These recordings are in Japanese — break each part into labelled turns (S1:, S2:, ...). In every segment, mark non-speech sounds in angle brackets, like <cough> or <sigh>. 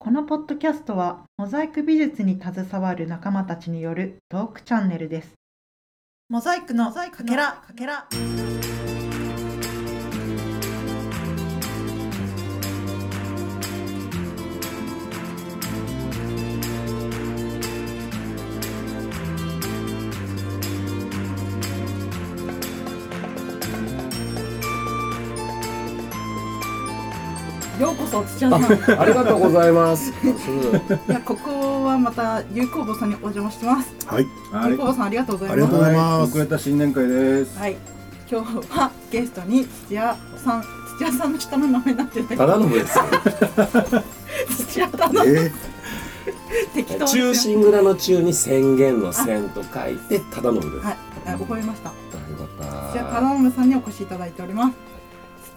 S1: このポッドキャストはモザイク美術に携わる仲間たちによるトークチャンネルですモザイクのかけらかけら
S2: ようこそ土屋さん。い
S3: ありがとうございます。
S2: やここはまた有工房さんにお邪魔してます。
S3: はい、
S4: はい
S2: 有、工房さんありがとうござい
S3: あり
S2: ま
S3: がとうございます
S4: 遅れた新年会です。
S2: す。はい。今日はゲストに土屋さん、土屋さんの下の名前なんて言うんだっ
S3: 忠信です。
S2: け土屋さんの
S3: え
S2: 適当
S5: え
S2: ですよ
S5: 中。心蔵の中に宣言の宣と書いて忠信です。
S2: はい。あ覚えました。
S5: よ
S2: 土屋
S5: かっ
S2: 忠信さんにお越しいただいております。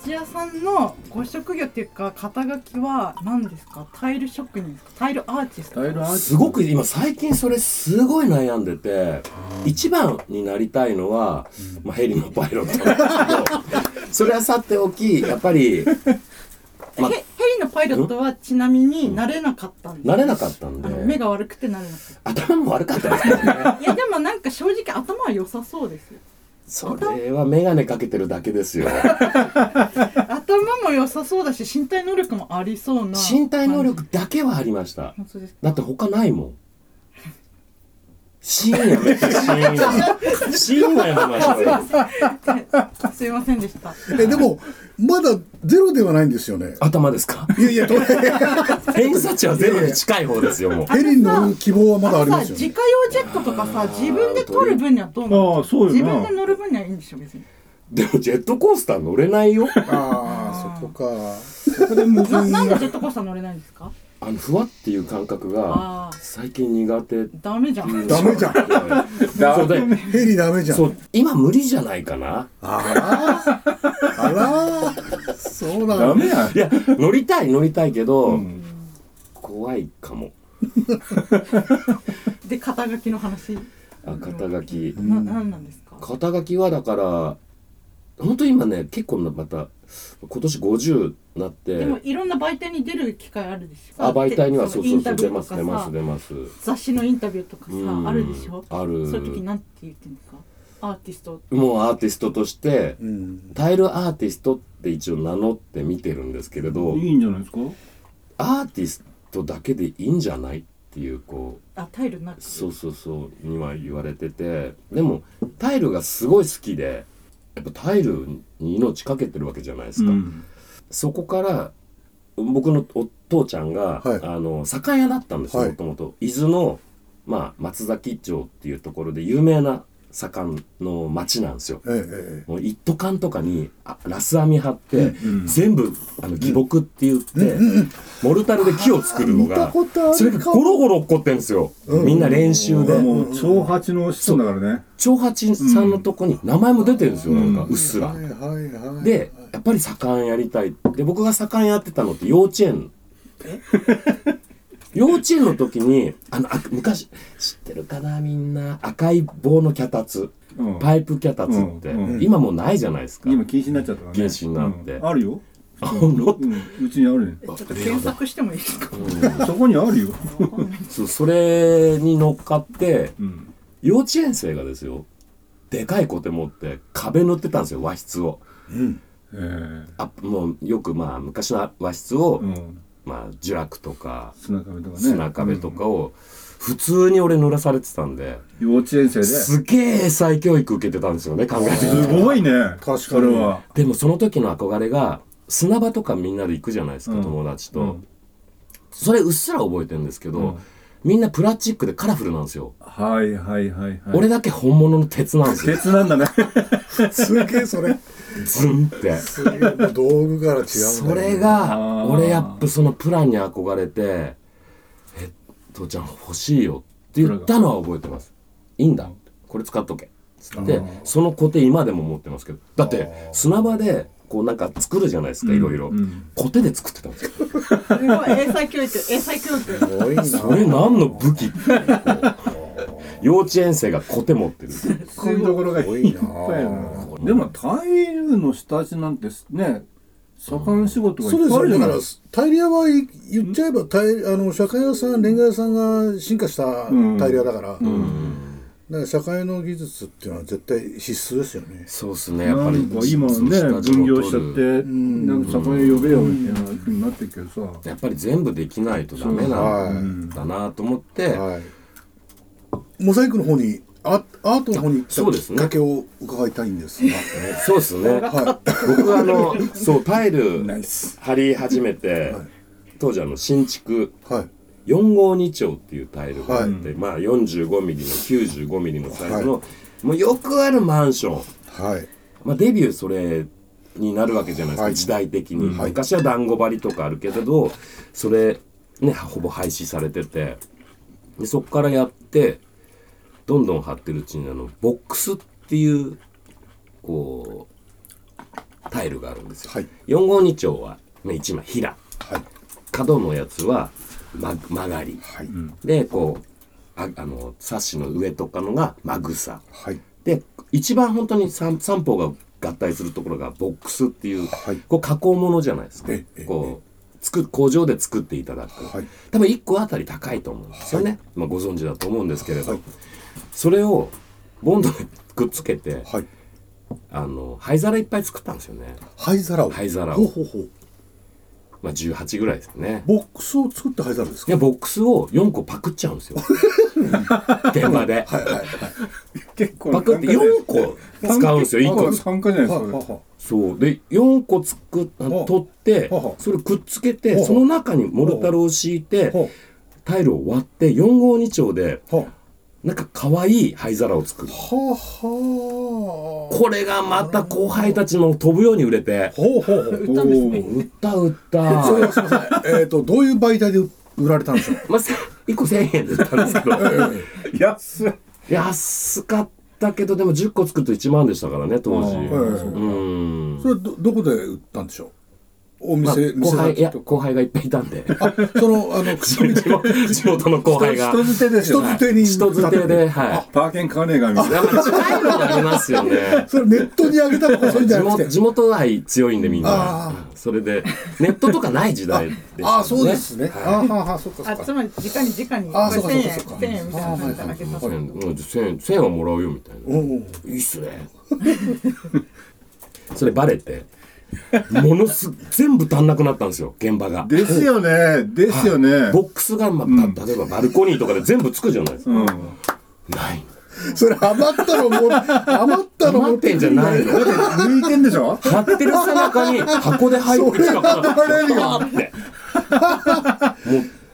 S2: 土屋さんのご職業っていうか肩書きは何ですか？タイル職人ですか？タイルアーティスト
S4: タイルア
S5: た。
S4: ー
S5: すごく今最近それすごい悩んでて一番になりたいのは、まあ、ヘリのパイロットなんですけ
S3: <laughs>
S5: どそれはさておきやっぱり
S2: え
S5: ま
S2: ヘヘリのパイロットはちなみになれなかったんです。
S5: 慣れなかったん
S2: あの目
S5: で
S2: が悪くてなれなかった。
S5: 頭も悪かったですけど
S2: <laughs>
S5: ね
S2: いやでもなんか正直頭は良さそうですよ
S5: それは眼鏡かけてるだけですよ
S2: 頭も良さそうだし身体能力もありそうな
S5: 身体能力だけはありました
S2: 本当ですか
S5: だって他ないもん。シーンやめて、シーン。シーンはやめましょうよ。 <laughs>
S2: すいませんでした
S3: えでもまだゼロではないんですよね。
S5: 頭ですか
S3: いやいやと
S5: 偏差値はゼロに近い方ですよ、もう。
S3: ヘリ乗る希望はまだあり
S2: さ
S3: ま
S2: あ
S3: すよ
S2: 自家
S3: ね。
S2: 用ジェットとかさ自分で取る分にはどうなの
S4: ああ、そう
S2: 自
S4: よ
S2: 分
S4: な
S2: で。乗る分にはいいんでしょ別に
S5: でもジェットコースター乗れないよ。
S3: ああそこか。
S4: そこで矛
S2: な
S4: 盾
S2: なんで
S4: が
S2: ジェットコースター乗れないんですか
S5: あの、ふわっていう感覚が
S2: ああ
S5: 最近苦手。
S2: ダメじゃん
S3: ダメじゃん
S5: ん。そうで、
S3: ヘリダメじゃん
S5: そ。う、今無理じゃないかな。
S3: あらあらそうなんだ
S4: ダメや
S5: い。
S4: ん
S5: や、乗りたい、乗りたいけ
S4: う
S5: ど、
S4: ん
S5: 怖いかも。
S2: で肩書きの話
S5: あ、肩書き。
S2: ななんなんですか
S5: 肩書きはだから本当に今ね結構なまた今年50なっ
S2: で
S5: て
S2: もいろんな媒体に出る機会あるでしょ
S5: あ媒体にはそう
S2: イ
S5: そ
S2: ン
S5: うそ
S2: タ
S5: う
S2: ビュ
S5: 出
S2: ーと
S5: ま
S2: か
S5: す
S2: さ
S5: 出ます出ます
S2: 雑誌のインタビューとか
S5: うん
S2: さあるでしょ
S5: ある
S2: そういう時なんて言ってんですかアーティスト
S5: もうアーティストとして
S3: うん。
S5: タイルアーティストって一応名乗って見てるんですけれど
S4: いいんじゃないですか。
S5: アーティストだけでいいんじゃないっていうこう
S2: あタイルなく
S5: そうそうそうには言われててでもタイルがすごい好きでやっぱタイルに命かけてるわけじゃないですか。
S4: うん
S5: そこから僕のお父ちゃんが、
S3: はい
S5: あの酒屋だったんですよ
S3: はい
S5: もともと伊豆の、まあ、松崎町っていうところで有名な盛んの町なんですよ。
S3: えええ
S5: もう一斗缶とかにあラス網張って、
S4: うん
S5: 全部あの木木って言って、モルタルで木を作るの
S3: あー見た
S5: が
S3: ことある
S5: それがゴロゴロ落っこってんですよ、
S3: うん
S5: みんな練習で
S4: もう超八の子孫だからね。
S5: 長八さんのとこに名前も出てるんですよ、なんか
S4: うん
S5: うっす
S3: え
S5: ら。
S3: はいはいはい。
S5: でやっぱり盛んやりたいで僕が盛んやってたのって幼稚園
S4: <laughs>
S5: 幼稚園の時にあのあ昔知ってるかなみんな赤い棒の脚立
S4: うん
S5: パイプ脚立って、
S4: うん
S3: うん
S5: 今もうないじゃないですか、
S4: 今禁止になっちゃったからね。
S5: 禁止になって
S4: うんあるよ。
S5: あの
S4: うんうちにあるね
S2: ち。 <laughs> ょっと検索してもいいですか
S4: そこにあるよ。
S5: そうそれに乗っかって
S4: うん
S5: 幼稚園生がですよでかいコテ持って壁塗ってたんですよ和室を
S3: うん
S4: ええ
S5: あもうよくまあ昔の和室を、
S4: うん
S5: まあ呪落とか
S4: 砂壁とかね。
S5: 砂壁とかを普通に俺塗らされてたんで、
S4: うん。幼稚園生で。す
S5: すげえ英才教育受けてたんですよね考えてみたら
S4: ごいね。
S3: 確かに
S4: それは。
S5: でもその時の憧れが砂場とかみんなで行くじゃないですか、
S4: うん
S5: 友達と、
S4: うん
S5: それうっすら覚えてるんですけど、
S4: うん
S5: みんなプラスチックでカラフルなんですよ、
S4: はいはいはいはい。
S5: 俺だけ本物の鉄なんですよ
S4: 鉄なんだね。
S3: すげえそれ。
S5: ズンって
S3: すげえもう道具から違うんだよね。
S5: それ
S4: あ
S5: が
S4: ー
S5: 俺やっぱそのプランに憧れて「え父ちゃん欲しいよ」って言ったのは覚えてます「いいんだこれ使っとけ」つっ
S4: あ
S5: て
S4: ー
S5: そのコテ今でも持ってますけどだって
S3: あー
S5: 砂場でこうなんか作るじゃないですかいろいろ
S4: うん
S5: コテで作ってたんですよ
S2: すごい英才教育英才教育
S3: すごいな。
S5: それ何の武
S4: <laughs>
S5: 器ってこう幼稚園生がコテ持ってる
S4: そういうところがいっぱいある
S3: す
S4: でもタイルの下地なんてね盛ん仕事が
S3: そ
S4: い
S3: うで
S4: っ
S3: す
S4: ぱいあ
S3: よ。
S4: るじ
S3: だ
S4: ゃ
S3: か
S4: ない
S3: ら
S4: ですか。、
S3: タイリアは言っちゃえば、タイあの、社会屋さん、レンガ屋さんが進化した
S4: うん
S3: タイリアだから、
S4: う
S3: だ
S4: ん
S3: から社会の技術っていうのは絶対必須ですよね。
S5: そうですねやっ
S4: な
S5: ぱり
S4: んか今ね分業しちゃって
S3: ん
S4: なんか酒屋呼べよみたいなふうになってるけどさ
S5: やっぱり全部できないとダメ
S3: は
S5: ないんだなと思って、
S3: はい。モザイクの方に、アアートの方に
S5: そ
S3: 行
S5: う
S3: っ
S5: で
S3: た
S5: す
S3: き
S5: ね
S3: っかけを伺いたいんですが。
S5: ねそうですね
S3: は
S5: 僕あ
S3: <laughs>
S5: のそうタイル
S3: ナイス
S5: 張り始めて、
S3: はい
S5: 当時あの新築
S3: い。はい。
S5: 452丁っていうタイルがあって、
S4: は
S5: まあ45ミリの95ミリのサイズの、もうよくあるマンション、
S3: はい。
S5: まあ、デビューそれになるわけじゃないですか、
S3: はい
S5: 時代的に、
S3: はい
S5: 昔は団子張りとかあるけれどそれねほぼ廃止されててでそこからやってどんどん張ってるうちにあのボックスっていうこうタイルがあるんですよ。
S3: はい
S5: 452丁は、ね、1枚平
S3: はい。
S5: 角のやつは、ま、曲がり
S3: はい。
S5: でこうああのサッシの上とかのがまぐさ
S3: はい。
S5: で一番本当に三三方が合体するところがボックスっていう,、
S3: はい
S5: こう加工ものじゃないですか
S3: ええ
S5: こう作工場で作っていただく、
S3: はい。
S5: 多分1個あたり高いと思うんですよね、まあ、ご存知だと思うんですけれど、
S3: はい
S5: それをボンドにくっつけて、
S3: はい。
S5: あの灰皿いっぱい作ったんですよね、
S3: 灰皿を。
S5: 灰皿を
S3: ほうほうほう。
S5: まあ、18ぐらいですよね
S3: ボックスを作った灰皿です
S5: い
S3: か
S5: やボックスを4個パクっちゃうん
S3: <laughs>
S5: ですよ現場で、
S3: はいはいはい。
S4: 結構
S5: パクって4個使うんですよ1個
S4: 参加じゃない
S3: は
S4: で
S3: い
S4: すか
S3: は
S5: そうで4個作っ
S3: ほう
S5: 取って
S3: ほうほう
S5: それくっつけ
S3: ほ
S5: て
S3: う
S5: その中にモルタルを敷い
S3: いは
S5: てタイルを割って4号2丁で
S3: い。はあ
S5: なんか可愛い灰皿を作る
S3: はあはあ。
S5: これがまた後輩たちも飛ぶように売れて
S3: ほうほうほう。
S2: 歌ですね
S5: 売った売っ
S3: <laughs> それは
S5: た
S3: すみません。えっと、どういう媒体で売られたんでしょう。
S5: まあせ1個1000円で売ったんです
S3: <laughs>
S5: けど
S4: 安っ
S5: 安かったけどでも10個作ると1万でしたからね当時
S4: あ
S3: ー
S5: う
S3: そうんそれはど、どこで売ったんでしょう。お
S5: まあ
S3: 店、
S5: 後
S3: 店
S5: 輩い
S3: 先
S5: や
S3: とか。
S5: 後輩がいっぱいいたんで <laughs>
S3: その、あの、口コミ
S5: 地元地元の後輩が
S4: 人捨てですよ
S3: 人捨てに
S5: 人捨てではい
S4: パーケン買わねえかみたい
S5: いやまあ近いのがありますよ
S3: <laughs>
S5: ね
S3: それネットに上げたとかそういうんじ
S5: 地
S3: ゃなく
S5: 元
S3: て。
S5: 地元愛強いんでみんな
S3: ああ
S5: うんそれでネットとかない時代でした
S3: ああ、そうですね。
S5: はい
S3: ああ、はあ、そっかそ
S2: あ
S3: っ
S2: つ
S3: か。
S2: まり直に直に
S3: あ
S2: これ
S3: そうか
S2: 1000
S3: そうか
S2: 円1000円みたいなのいただけた
S3: あ
S2: そ
S3: は
S2: う
S3: いはいは
S5: う
S3: い
S5: ん千千円はもらうよみたいな
S3: う
S5: い
S3: んうん。
S5: いっすね <laughs> それバレてものす全部足んなくなったんですよ現場が
S4: なですよねですよね
S5: ボックスが、まあた例えばバルコニーとかで全部つくじゃないですか、
S4: うん
S5: ない
S3: それ余ったのも、余ったの
S5: 余っ。
S3: も
S5: てんじゃないの
S4: だって抜いてんでしょ
S5: 貼ってる背中に箱で入ってきたから
S3: それは
S5: バーって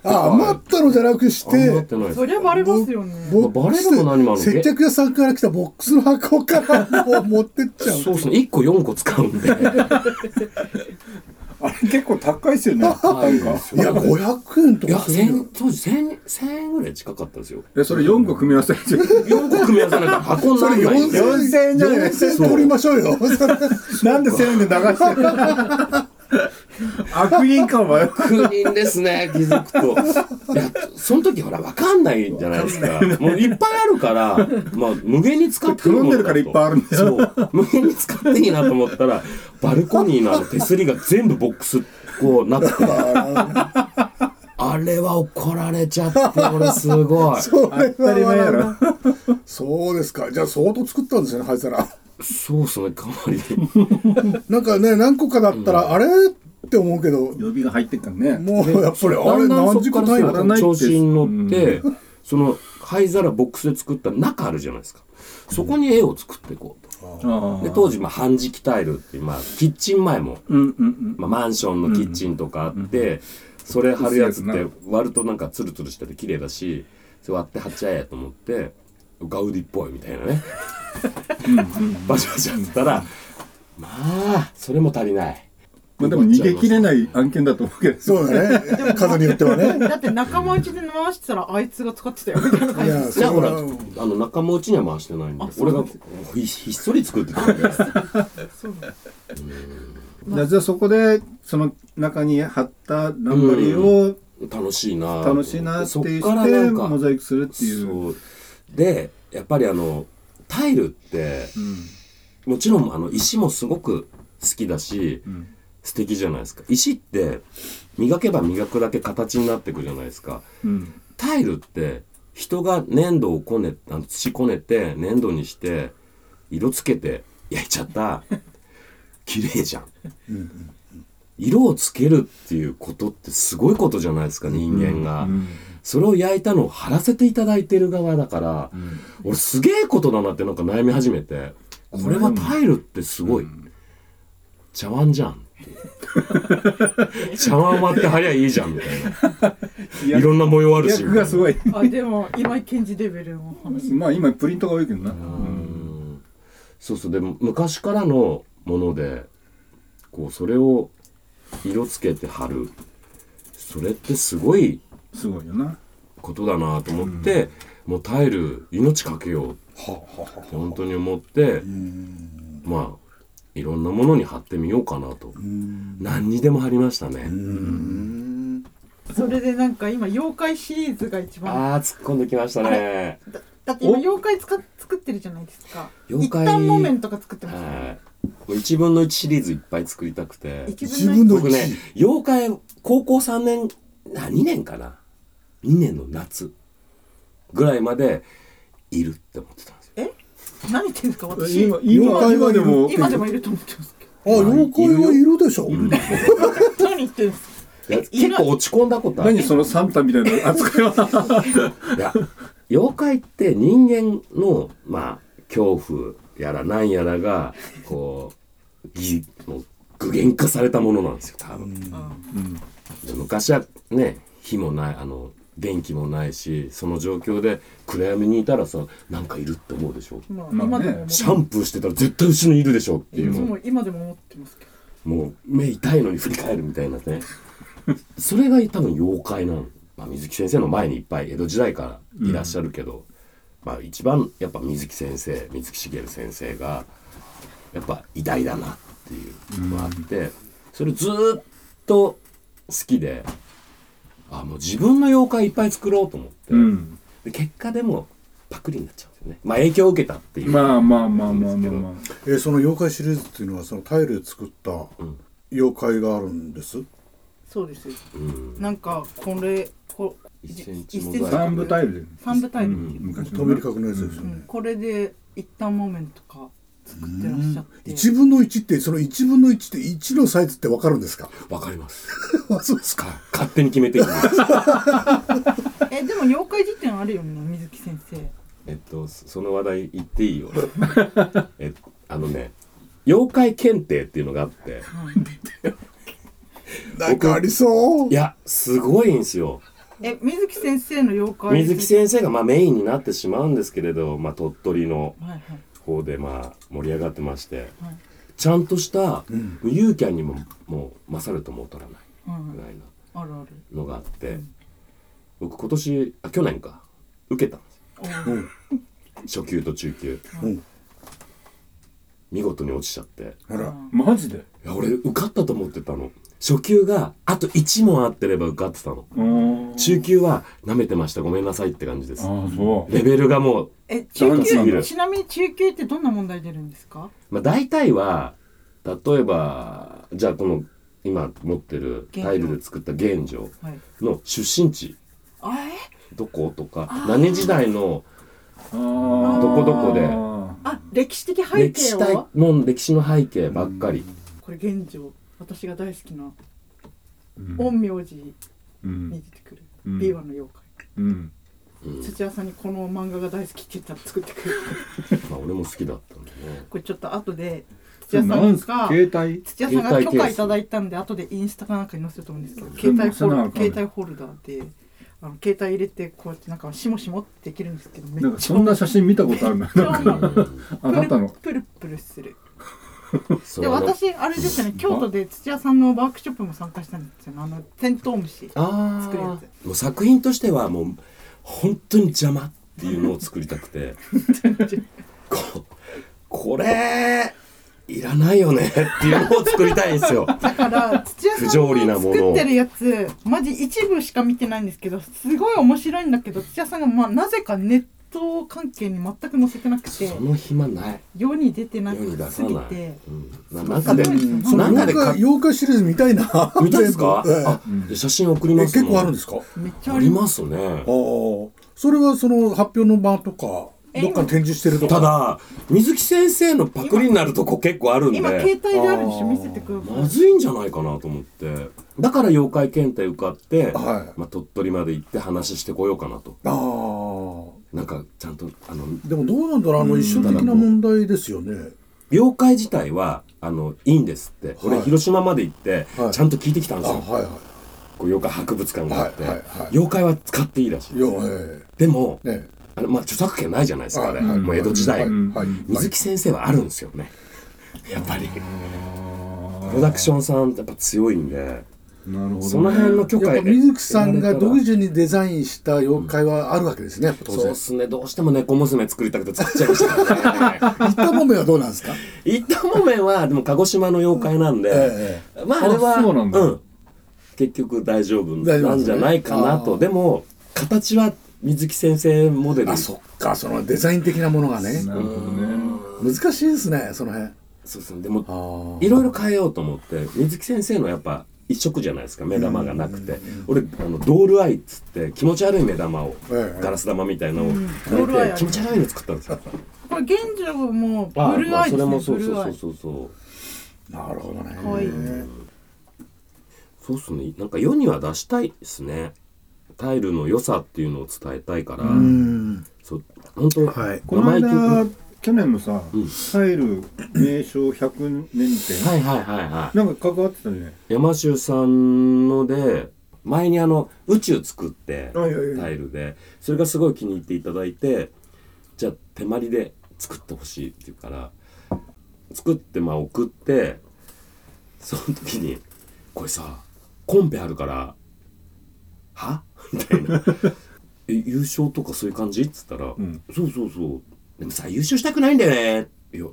S3: あ余ったのじゃなくし、
S5: 余っててないです
S2: そりゃバレますよね
S3: ボック
S5: バレるも何もあるの
S3: ス、接客屋さんから来たボックスの箱からもう持ってっちゃう。
S5: そうですね1個4個使うんで
S4: あれ結構高いですよね
S5: い
S4: なんか
S3: いや、500円と
S5: いや
S3: かするよ。
S5: 1000当時1000 1000円ぐらい近かったですよ
S4: えそれ4個組み合わせて
S5: 4個組み合わせないと箱に
S3: そ
S5: な
S3: れ
S5: らないんで
S4: よ
S3: 4000
S4: 4000
S3: 円
S4: 円じゃない
S3: 取りましょうよ。
S4: なんで1000円で流してる悪人かお前
S5: 9人ですね気づくといやその時ほら分かんないじゃないですかもういっぱいあるから、まあ、無限に使って
S4: 頼んでるからい
S5: い
S4: っぱいあるんだよ
S5: そう無限に使っていいなと思ったらバルコニーのあの手すりが全部ボックスこうなっててあれは怒られちゃって俺すごい
S3: それ
S4: 当たり前やろ
S3: はそうですか。じゃあ相当作ったんですよね、灰皿。
S5: そうっすねかなり
S3: なんかね、何個かだったら、あれって思うけど、
S4: 予備が入ってっからね
S3: もうやっぱり、あ
S5: だ
S3: れ
S5: んだんそ
S3: 何
S5: っ
S3: 時
S5: か
S3: 間
S5: ら
S3: 単
S5: そう
S3: 位だった
S5: だ
S3: の
S5: んだん調子に乗って、その灰皿ボックスで作った中あるじゃないですかそこに絵を作っていこうと、で当時まあ半敷タイルっていう、まあ、キッチン前も、
S4: うんうんうん
S5: まあ、マンションのキッチンとかあって、それ貼るやつって割るとなんかツルツルしてて綺麗だしそれ割って貼っちゃえやと思ってガウディっぽいみたいなねバシャバシャやってたらまあそれも足りない
S4: まあでも逃げ切れない案件だと思うけど
S3: そうだね。数によってはね。
S2: だって仲間内で回してたらあいつが使ってたよみたいない感じ
S3: や、
S5: いや
S3: そ
S5: ほら、
S3: う
S5: あの仲間内には回してないんで
S2: あ、そう
S5: 俺
S2: な
S5: が
S2: んです
S5: ひひっそり作ってたんで、
S2: そう
S4: だからじゃあそこでその中に貼ったナンバリーを
S5: 楽しいな。
S4: 楽しいなって言
S5: そっからな
S4: って
S5: んか
S4: モザイクするっていう
S5: そうで、やっぱりあのタイルって
S4: うん
S5: もちろんあの石もすごく好きだし、
S4: うん
S5: 素敵じゃないですか石って磨けば磨くだけ形になってくじゃないですか
S4: うん
S5: タイルって人が粘土をこねあの土こねて粘土にして色つけて焼いちゃった綺麗じゃん
S4: うん
S5: 色をつけるっていうことってすごいことじゃないですか人間が、
S4: うん
S5: それを焼いたのを貼らせていただいてる側だから、
S4: うん
S5: 俺すげえことだなってなんか悩み始めてこれはタイルってすごい、茶碗じゃんっていう <laughs> 茶碗割って貼りゃいいじゃんみたい
S4: <laughs>
S5: ないろんな模様あるし
S4: 役がすご
S5: い
S4: い
S2: あでも今賢治レベルの話
S4: まあ今プリントが多いけどな
S5: なうんそうそうでも昔からのものでこうそれを色つけて貼るそれってすごい
S4: すごいよな
S5: ことだなと思って、もうタイル命かけようって本当に思って、まあいろんなものに貼ってみようかなと、何にでも貼りましたね、
S2: それでなんか今妖怪シリーズが一番
S5: ああ突っ込んできましたね
S2: だだって今妖怪つか作ってるじゃないですか
S5: 妖怪
S2: 一旦木綿とか作ってますよね
S5: はいもう1分の1シリーズいっぱい作りたくて
S2: 一
S3: 自
S2: 分
S3: 分
S2: の
S3: の
S5: <laughs> 僕ね妖怪高校3年あ2年かな2年の夏ぐらいまでいるって思ってたんですよ
S2: 何言ってんですか私
S4: 今
S2: 今
S4: 今今でも
S2: でもいると思ってますけ
S3: あ、妖怪はいるでしょ。
S2: ど <laughs> 何言ってんですか
S5: いや結構落ち込んだことある
S4: 何そのサンタみたいな扱いは
S5: いや妖怪って人間のまあ恐怖やらなんやらがこうぎもう具現化されたものなんですよ多分
S2: うん
S4: うん
S5: 昔はね火もないあの電気もないしその状況で暗闇にいたらさなんかいるって思うでしょ
S2: まあ
S4: まあ
S2: 今
S4: ね
S2: でも思って
S5: シャンプーしてたら絶対後ろにいるでしょっていう
S2: いつ
S5: の
S2: も今でも思ってますけど
S5: もう目痛いのに振り返るみたいなねそれが多分妖怪なの、まあ、水木先生の前にいっぱい江戸時代からいらっしゃるけど、まあ一番やっぱ水木先生水木しげる先生がやっぱ偉大だなっていうのがあって、それずーっと好きであもう自分の妖怪いっぱい作ろうと思って、
S4: うん
S5: で結果でもパクリになっちゃうんですよねまあ影響を受けたっていう、
S4: まあまあまあまあまあまあ
S3: えーその妖怪シリーズっていうのは、そのタイルで作った
S5: うん
S3: 妖怪があるんです。
S2: そうですよ
S5: うん、
S2: なんかこれこ
S5: 1セン
S2: 一
S5: チ
S2: セン
S5: モ
S2: チ
S5: ザイク
S4: 三部タイルで
S2: 三部タイルっていう、
S4: 昔
S3: 飛びり角のやつですよ
S2: うん
S3: ね。
S2: これで一旦木綿とか作ってらっしゃって
S3: 一分の一って、その一分の一って、一のサイズってわかるんですか。
S5: わかります
S3: あ、そうですか。
S5: か勝手に決めていくんです
S2: えでも妖怪辞典あるよね水木先生
S5: えっと、そその話題言っていいよ。え、あのね、妖怪検定っていうのがあって、
S3: なんかありそう
S5: い。や、すごいんですよ。
S2: え水木先生の妖怪
S5: 水木先生がまあメインになってしまうんですけれど、まあ鳥取の
S2: 生はいはい
S5: 方でまあ盛り上がってまして、
S2: はい
S5: ちゃんとした
S3: ん
S5: ユーキャンにももう勝るとも劣らない
S2: うん
S5: ぐらいの
S2: あるある
S5: のがあって、僕今年、あ、去年か、受けたんですよ
S2: おー
S5: 初級と中級。
S3: うん。
S5: 見事に落ちちゃって。
S3: あら。
S4: マジで
S5: いや俺受かったと思ってたの初級があと1問あってれば受かってたの
S4: うん
S5: 中級は舐めてましたごめんなさいって感じです
S4: ああそう
S5: レベルがもう、
S2: え中
S5: ダンス
S2: 級
S5: だ
S2: ちなみに中級ってどんな問題出るんですか
S5: まあ、大体は例えばじゃあこの今持ってるタイルで作った玄城
S2: はい
S5: の出身地
S2: あえ
S5: どことか何時代の
S4: ああ
S5: どこどこで
S2: あ歴史的背
S5: 歴
S2: 景
S5: 史
S2: を
S5: の歴史の背景ばっかり
S2: これ現状私が大好きな
S4: うん
S2: 陰陽師
S4: う
S2: に
S4: ん
S2: 出てくる
S4: うん
S2: 令和の妖怪
S4: うん
S2: 土屋さんにこの漫画が大好きって言ったら作ってくる
S5: まあ俺も好きだったんでね
S2: これちょっと後で
S4: そ
S2: 土
S4: れ
S2: 屋さ
S4: なんんす
S2: が
S4: か携帯
S2: 土屋さんが許
S5: 携帯ケ
S2: 可
S5: ース
S2: いただいたんで後でインスタかなんかに載せると思うんですけど
S4: ん
S2: 携帯ホ
S4: そんなの
S2: ル
S4: あかんね
S2: 携帯ホルダーであの携帯入れてこうやってなんかしもしもってできるんですけどめ
S4: なん
S2: っ
S4: か
S2: ちゃ
S4: そんな写真見たことある
S2: め
S4: な
S2: っちゃ重い
S4: あなたの
S2: プルプルする <laughs>
S5: そ
S2: で
S5: れあの
S2: 私あれですよね京都で土屋さんのワークショップも参加したんですよあのテントウムシ
S5: あー
S2: 作るや
S5: もう作品としてはもう本当に邪魔っていうのを作りたくてここれいらないよねっていうのを作りたいんですよ
S2: だ
S5: <laughs>
S2: から土屋
S5: 不
S2: さ
S5: 条理
S2: ん
S5: な
S2: の
S5: もの
S2: 作
S5: を
S2: ってるやつマジ一部しか見てないんですけどすごい面白いんだけど土屋さんが、まあ、なぜかネッ当関係に全く載せてなくて
S5: その暇ない。
S2: 世に出てな
S5: 世に出
S2: く
S5: さ
S2: すぎ
S5: ない
S2: て。
S5: うん、な中で
S2: そう
S5: 見
S3: そ
S5: な
S3: の
S5: んかでか
S3: 8日8日シリーズ見たいな。？
S5: たいですか
S3: <laughs> ええ
S5: あ、
S4: うん
S5: 写真送り
S3: え
S5: ます。
S3: 結構あるんですすか。ああ。
S2: めっちゃ
S5: あ
S2: あ
S5: り
S2: ります
S5: ますね。
S3: それはその発表の場とか
S2: え
S3: どっかに展示してるとか。
S5: ただ水木先生のパクリになるとこ結構あるんで
S2: 今携帯であるんでしょ見せてくだ
S5: ま
S2: さい
S5: ずいんじゃないかなと思ってだから妖怪検定受かって、
S3: はい
S5: まあ、鳥取まで行って話してこようかなと
S3: ああ。
S5: なんかちゃんとあの
S3: でもどうなんだろうあの
S5: うん
S3: 一生的な問題ですよね。
S5: 妖怪自体はあのいいんですって、俺
S3: はい
S5: 広島まで行って、
S3: はい
S5: ちゃんと聞いてきたんで
S3: あ
S5: すよ、
S3: はいは
S5: こう妖怪博物館があって、
S3: はいはいはい
S5: 妖怪は使っていいらしい
S3: い。よえ
S5: でも
S3: えね
S5: あの、まあ、著作権ないじゃないですかあれ、
S3: はいはい
S5: もう江戸時代、
S3: はい
S4: うん
S3: はい
S5: 水木先生はあるんですよねやっぱりプロダクションさんってやっぱ強いんで
S4: なるほどね
S5: その辺の許可
S3: やっぱ水木さんが独自にデザインした妖怪はあるわけですね、当
S5: そう
S3: 然
S5: っ。すねどうしても猫娘作りたくて作っちゃいましたから <laughs> ね
S3: 板もめはどうなんですか
S5: 一旦もめはでも鹿児島の妖怪なんで、
S3: <laughs> え
S5: まああれは
S4: あそうなんだ
S5: 結局大丈夫
S3: 大丈夫
S5: なんじゃないかなと
S3: で
S5: で
S3: す
S5: も形は水木先生モデ
S3: え
S5: ル
S3: あ、そっか、そのデザイン的なものがね。
S4: なるほどね
S3: 難しいですね、その辺。
S5: そうですねでも
S3: あ
S5: いろいろ変えようと思って水木先生のやっぱ一色じゃないですか目玉がなくて俺あのドールアイっつって気持ち悪い目玉を
S3: ええ
S5: ガラス玉みたいなのを
S2: ドールアイ
S5: 変え
S2: あ
S5: て
S2: る
S5: 気持ち悪いの作ったんですよ
S2: これ現状もブ
S5: あ
S2: ルーアイ
S5: そ
S2: で
S5: れ
S2: すね
S5: もそう
S2: ブ
S5: そ
S2: ルーア
S5: う
S2: イ
S5: そうそう
S3: なるほどね。
S2: かわいい
S5: そうっすねなんか世には出したいですねタイルの良さっていうのを伝えたいから
S3: うん。
S5: そう本当
S3: はい
S4: この
S5: 生
S4: 間
S5: 意気
S4: 去年のさ
S5: うん
S4: タイル名称100年展
S5: はいはいはいはい
S4: なんか関わってたね
S5: 山修さんので前にあの宇宙作って
S3: はいはいはい
S5: タイルでそれがすごい気に入っていただいてじゃあ手まりで作ってほしいって言うから作ってまあ送ってその時に「これさコンペあるからは?」みたいな「え優勝とかそういう感じ?」っつったら「
S4: ん
S5: そうそうそうでもさ優勝したくないんだよね」いや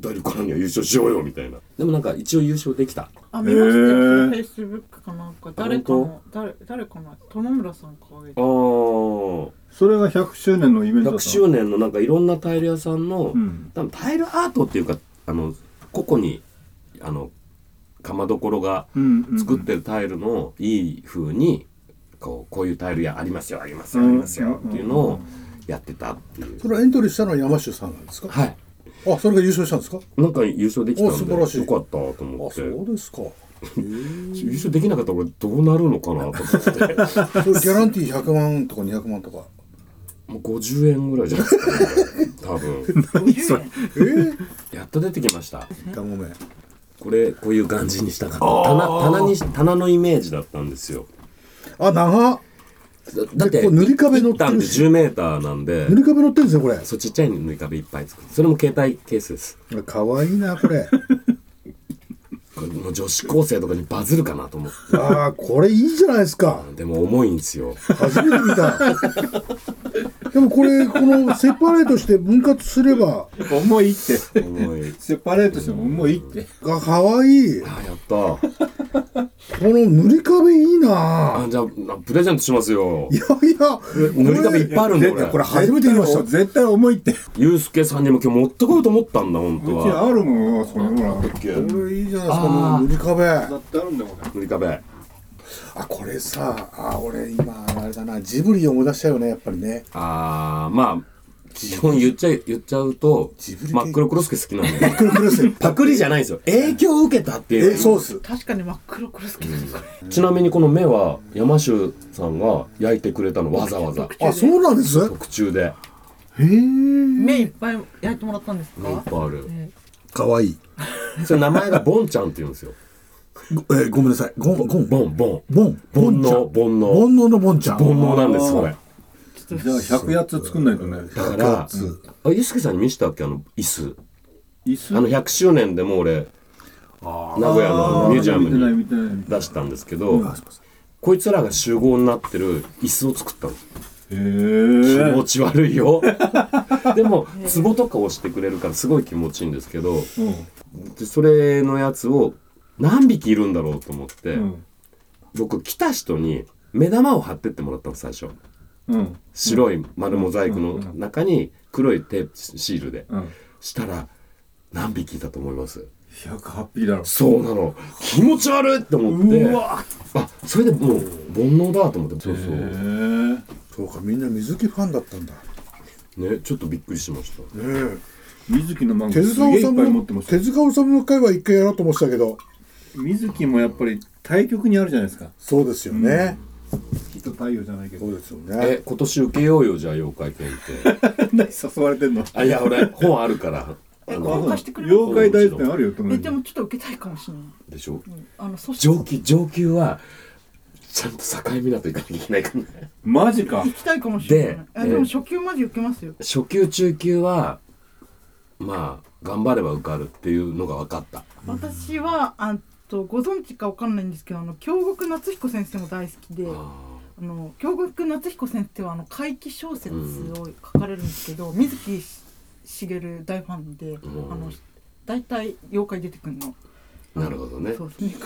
S5: 誰からには優勝しようよみたいなでもなんか一応優勝できた
S2: あ見ましたよ
S4: へー
S2: フェイスブックかなんか誰か
S5: 本
S2: の誰誰かな友村さんかあげ
S5: あ
S2: て
S5: ー
S4: それが100周年のイベントだ
S5: 100
S4: った
S5: 周年のなんかいろんなタイル屋さんの、
S4: うん
S5: 多分タイルアートっていうかあの個々にあのかまどころが
S4: うんうん
S5: 作ってるタイルのいい風にこうこういうタイル屋ありますよありますよ
S4: う
S5: あ
S4: ん
S5: りますよっていうのをやってたっていう、
S3: それはエントリーしたのは山下さんなんですか
S5: はい
S3: あ、それが優勝したんですか
S5: なんか優勝できたんで
S3: お素晴らしい
S5: よかったと
S3: あ、
S5: 思って
S3: そうですか。
S5: 優勝できなかったら俺どうなるのかなと思っ
S3: <laughs>
S5: て
S3: それギャランティー100万とか200万とか。
S5: もう50円ぐらいじゃないですか、ね、多分
S2: 50円
S3: えー、
S5: やっと出てきました
S3: 板もめ。
S5: これこういう感じにしたかった棚棚に棚のイメージだったんですよ
S3: あ、長っ
S5: だだって
S3: こう塗り壁乗ってるし
S5: 一段で10メーターなんで
S3: 塗り壁乗ってるんですよ、これ。
S5: そうちっちゃい塗り壁いっぱい作るそれも携帯ケースです
S3: かわいいな、これ。
S5: これもう女子高生とかにバズるかなと思って
S3: ああ、これいいじゃないですか。
S5: でも重いんですよ
S3: 初めて見た。でもこれ、このセパレートして分割すれば、
S4: 重いって
S5: 重い
S4: セパレートしても重いって
S3: がかわいい。こ
S5: あやった
S3: の塗り壁いいな
S5: あじゃあプレゼントしますよ
S3: いやいや、
S5: 塗り壁いっぱいあるんだ
S3: これ
S5: 俺
S3: 初めて見ました。
S4: 絶対重いってう
S5: ユうスケさんにも今日持ってこようと思ったんだ本当
S4: ち
S5: は
S4: あるもんあそこにほらだ
S3: これいいじゃないですか、
S5: あー
S3: もう塗り壁。あ、
S4: ってあるんだもんね
S5: 塗り壁
S3: これさ、あ、俺今、あれだな、ジブリ思い出したよね、やっぱりね。
S5: あーまあ基本言っちゃい言っちゃうと
S3: ジブリ系
S5: 真っ黒クロスケ好きなん
S3: <laughs>
S5: で
S3: クルクルですよ。
S5: パクリじゃないんですよ影響を受けたっていう
S3: え、そうっす。
S2: 確かに真っ黒クロスケですこれ
S5: ちなみにこの目は山修さんが焼いてくれたのわざわざ
S3: あ、そうなんですへ
S5: 特注で
S3: え。
S2: 目いっぱい焼いてもらったんです
S5: 目いっ
S2: か
S5: ぱいある
S2: ね
S3: かわいい。
S5: それ名前がボンちゃんって言うんですよ
S3: ごえ、ごめんなさい。ゴン、ゴン、
S5: ボンボン
S3: ボン、
S5: 煩
S3: ボンち
S5: 悩煩
S3: ゃん。煩
S5: 悩
S3: 悩のボンちゃん。
S5: 煩悩なんですこれ
S2: ちょっと
S4: じゃあ100やつ作んないとね
S5: だから
S3: つ
S5: あユースケさんに見せたっけあの椅子
S4: 椅
S5: あの
S4: 子
S5: 100周年でもう俺名古屋のミュージアム
S4: 見てない
S5: に
S4: 見てない
S5: 出したんですけど
S3: あすいません
S5: こいつらが集合になってる椅子を作ったの
S4: へ
S5: 気
S4: え
S5: 持ち悪いよでも壺とか押してくれるからすごい気持ちいいんですけどでそれのやつを何匹いるんだろうと思って、
S4: うん
S5: 僕来た人に目玉を貼ってってもらったの最初
S4: うん
S5: 白い丸モザイクの中に黒いテープシールで
S4: うん
S5: したら何匹いたと思います
S4: 108匹だろ
S5: そうなの気持ち悪いって思って
S4: うわ
S5: あそれでもう煩悩だと思ってそうそ
S4: へ
S5: う
S4: ー
S3: そうかみんな水木ファンだったんだね
S5: ねちょっとびっくりしました
S3: え
S4: 水木の漫画
S3: 手
S4: す
S3: 塚
S4: げえ
S3: 治
S4: いっ
S3: 虫
S4: ぱい持ってま
S3: の
S4: す
S3: 手塚治虫の回は一回やろうと思ってたけど
S4: 水木もやっぱり対局にあるじゃないですか
S3: そうですよね、
S4: きっと太陽じゃないけど
S3: そうですよね
S5: え今年受けようよじゃあ妖怪検定
S4: <laughs> 何誘われてんの
S5: あいや俺本あるからあ
S2: え
S5: の
S2: 公開してくれる
S4: 妖怪大好きなのあるよ
S2: えでもちょっと受けたいかもしれない、
S5: でしょ
S2: うん、あのそして
S5: 上級上級はちゃんと境港行かなきゃいけないからね
S4: マジか
S2: 行きたいかもしれない
S5: で
S2: えでも
S5: え
S2: 初級まで受けますよ
S5: 初級中級はまあ頑張れば受かるっていうのが分かった
S2: 私はあんとご存知かわかんないんですけどあの京極夏彦先生も大好きであの京極夏彦先生はあの怪奇小説を書かれるんですけど、水木しげる大ファンで、
S5: ん
S2: あの大体妖怪出てくるの。
S5: なるほどね
S2: そうですね。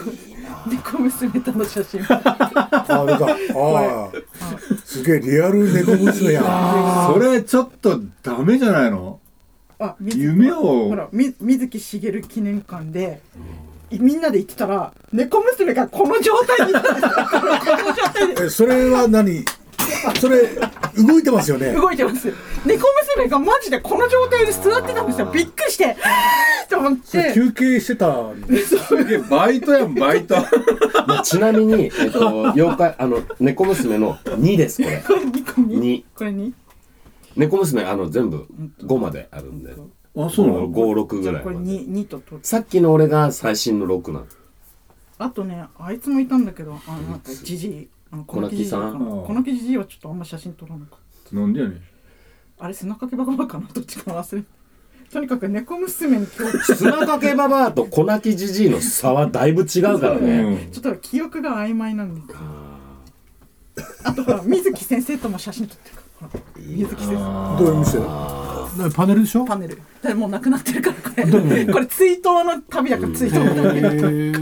S2: 猫娘との写
S5: <laughs>
S2: 真。あ
S3: ああれだああすげえリアル猫娘やん
S4: それちょっとダメじゃないの
S2: あ、水木
S4: 夢を
S2: ほら、み水木しげる記念館で、いみんなで行ってたら、猫娘がこの状態にいたんですよ。このこの状態で
S3: えそれは何それ動いてますよね
S2: 動いてます。猫娘がマジでこの状態で座ってたんですよ。びっくりして、と思っ
S3: それ
S2: て。
S3: 休憩してたの
S4: すげえバイトやんバイト
S5: まあ、ちなみに、えっ
S2: <laughs>
S5: と、妖怪あの猫娘の2ですこれ
S2: これ2個に。
S5: 2
S2: これに。
S5: 猫娘あの全部5まであるんで
S4: あそうなの
S5: 56
S2: じ
S5: ぐ
S2: ゃあ
S5: らい
S2: これ
S5: まで
S2: 2、2と取る。
S5: さっきの俺が最新の6なの
S2: あとね、あいつもいたんだけど、あの、なんかじじい。あの
S5: 小泣さん
S2: 小泣小泣じじいはちょっとあんま写真撮らなかった。
S4: なんでやねん
S2: あれ背中けばばかなどっちか忘れとにかく猫娘に今日
S5: 砂かけばばあと粉きじじいの差はだいぶ違うからね、
S4: うん
S2: ちょっと記憶が曖昧なんであとほら水木先生とも写真撮ってるからほら水木先生
S3: どういう店なパネルでしょ
S2: パネルでもうなくなってるからこれこれ追悼の旅だから追悼の旅だか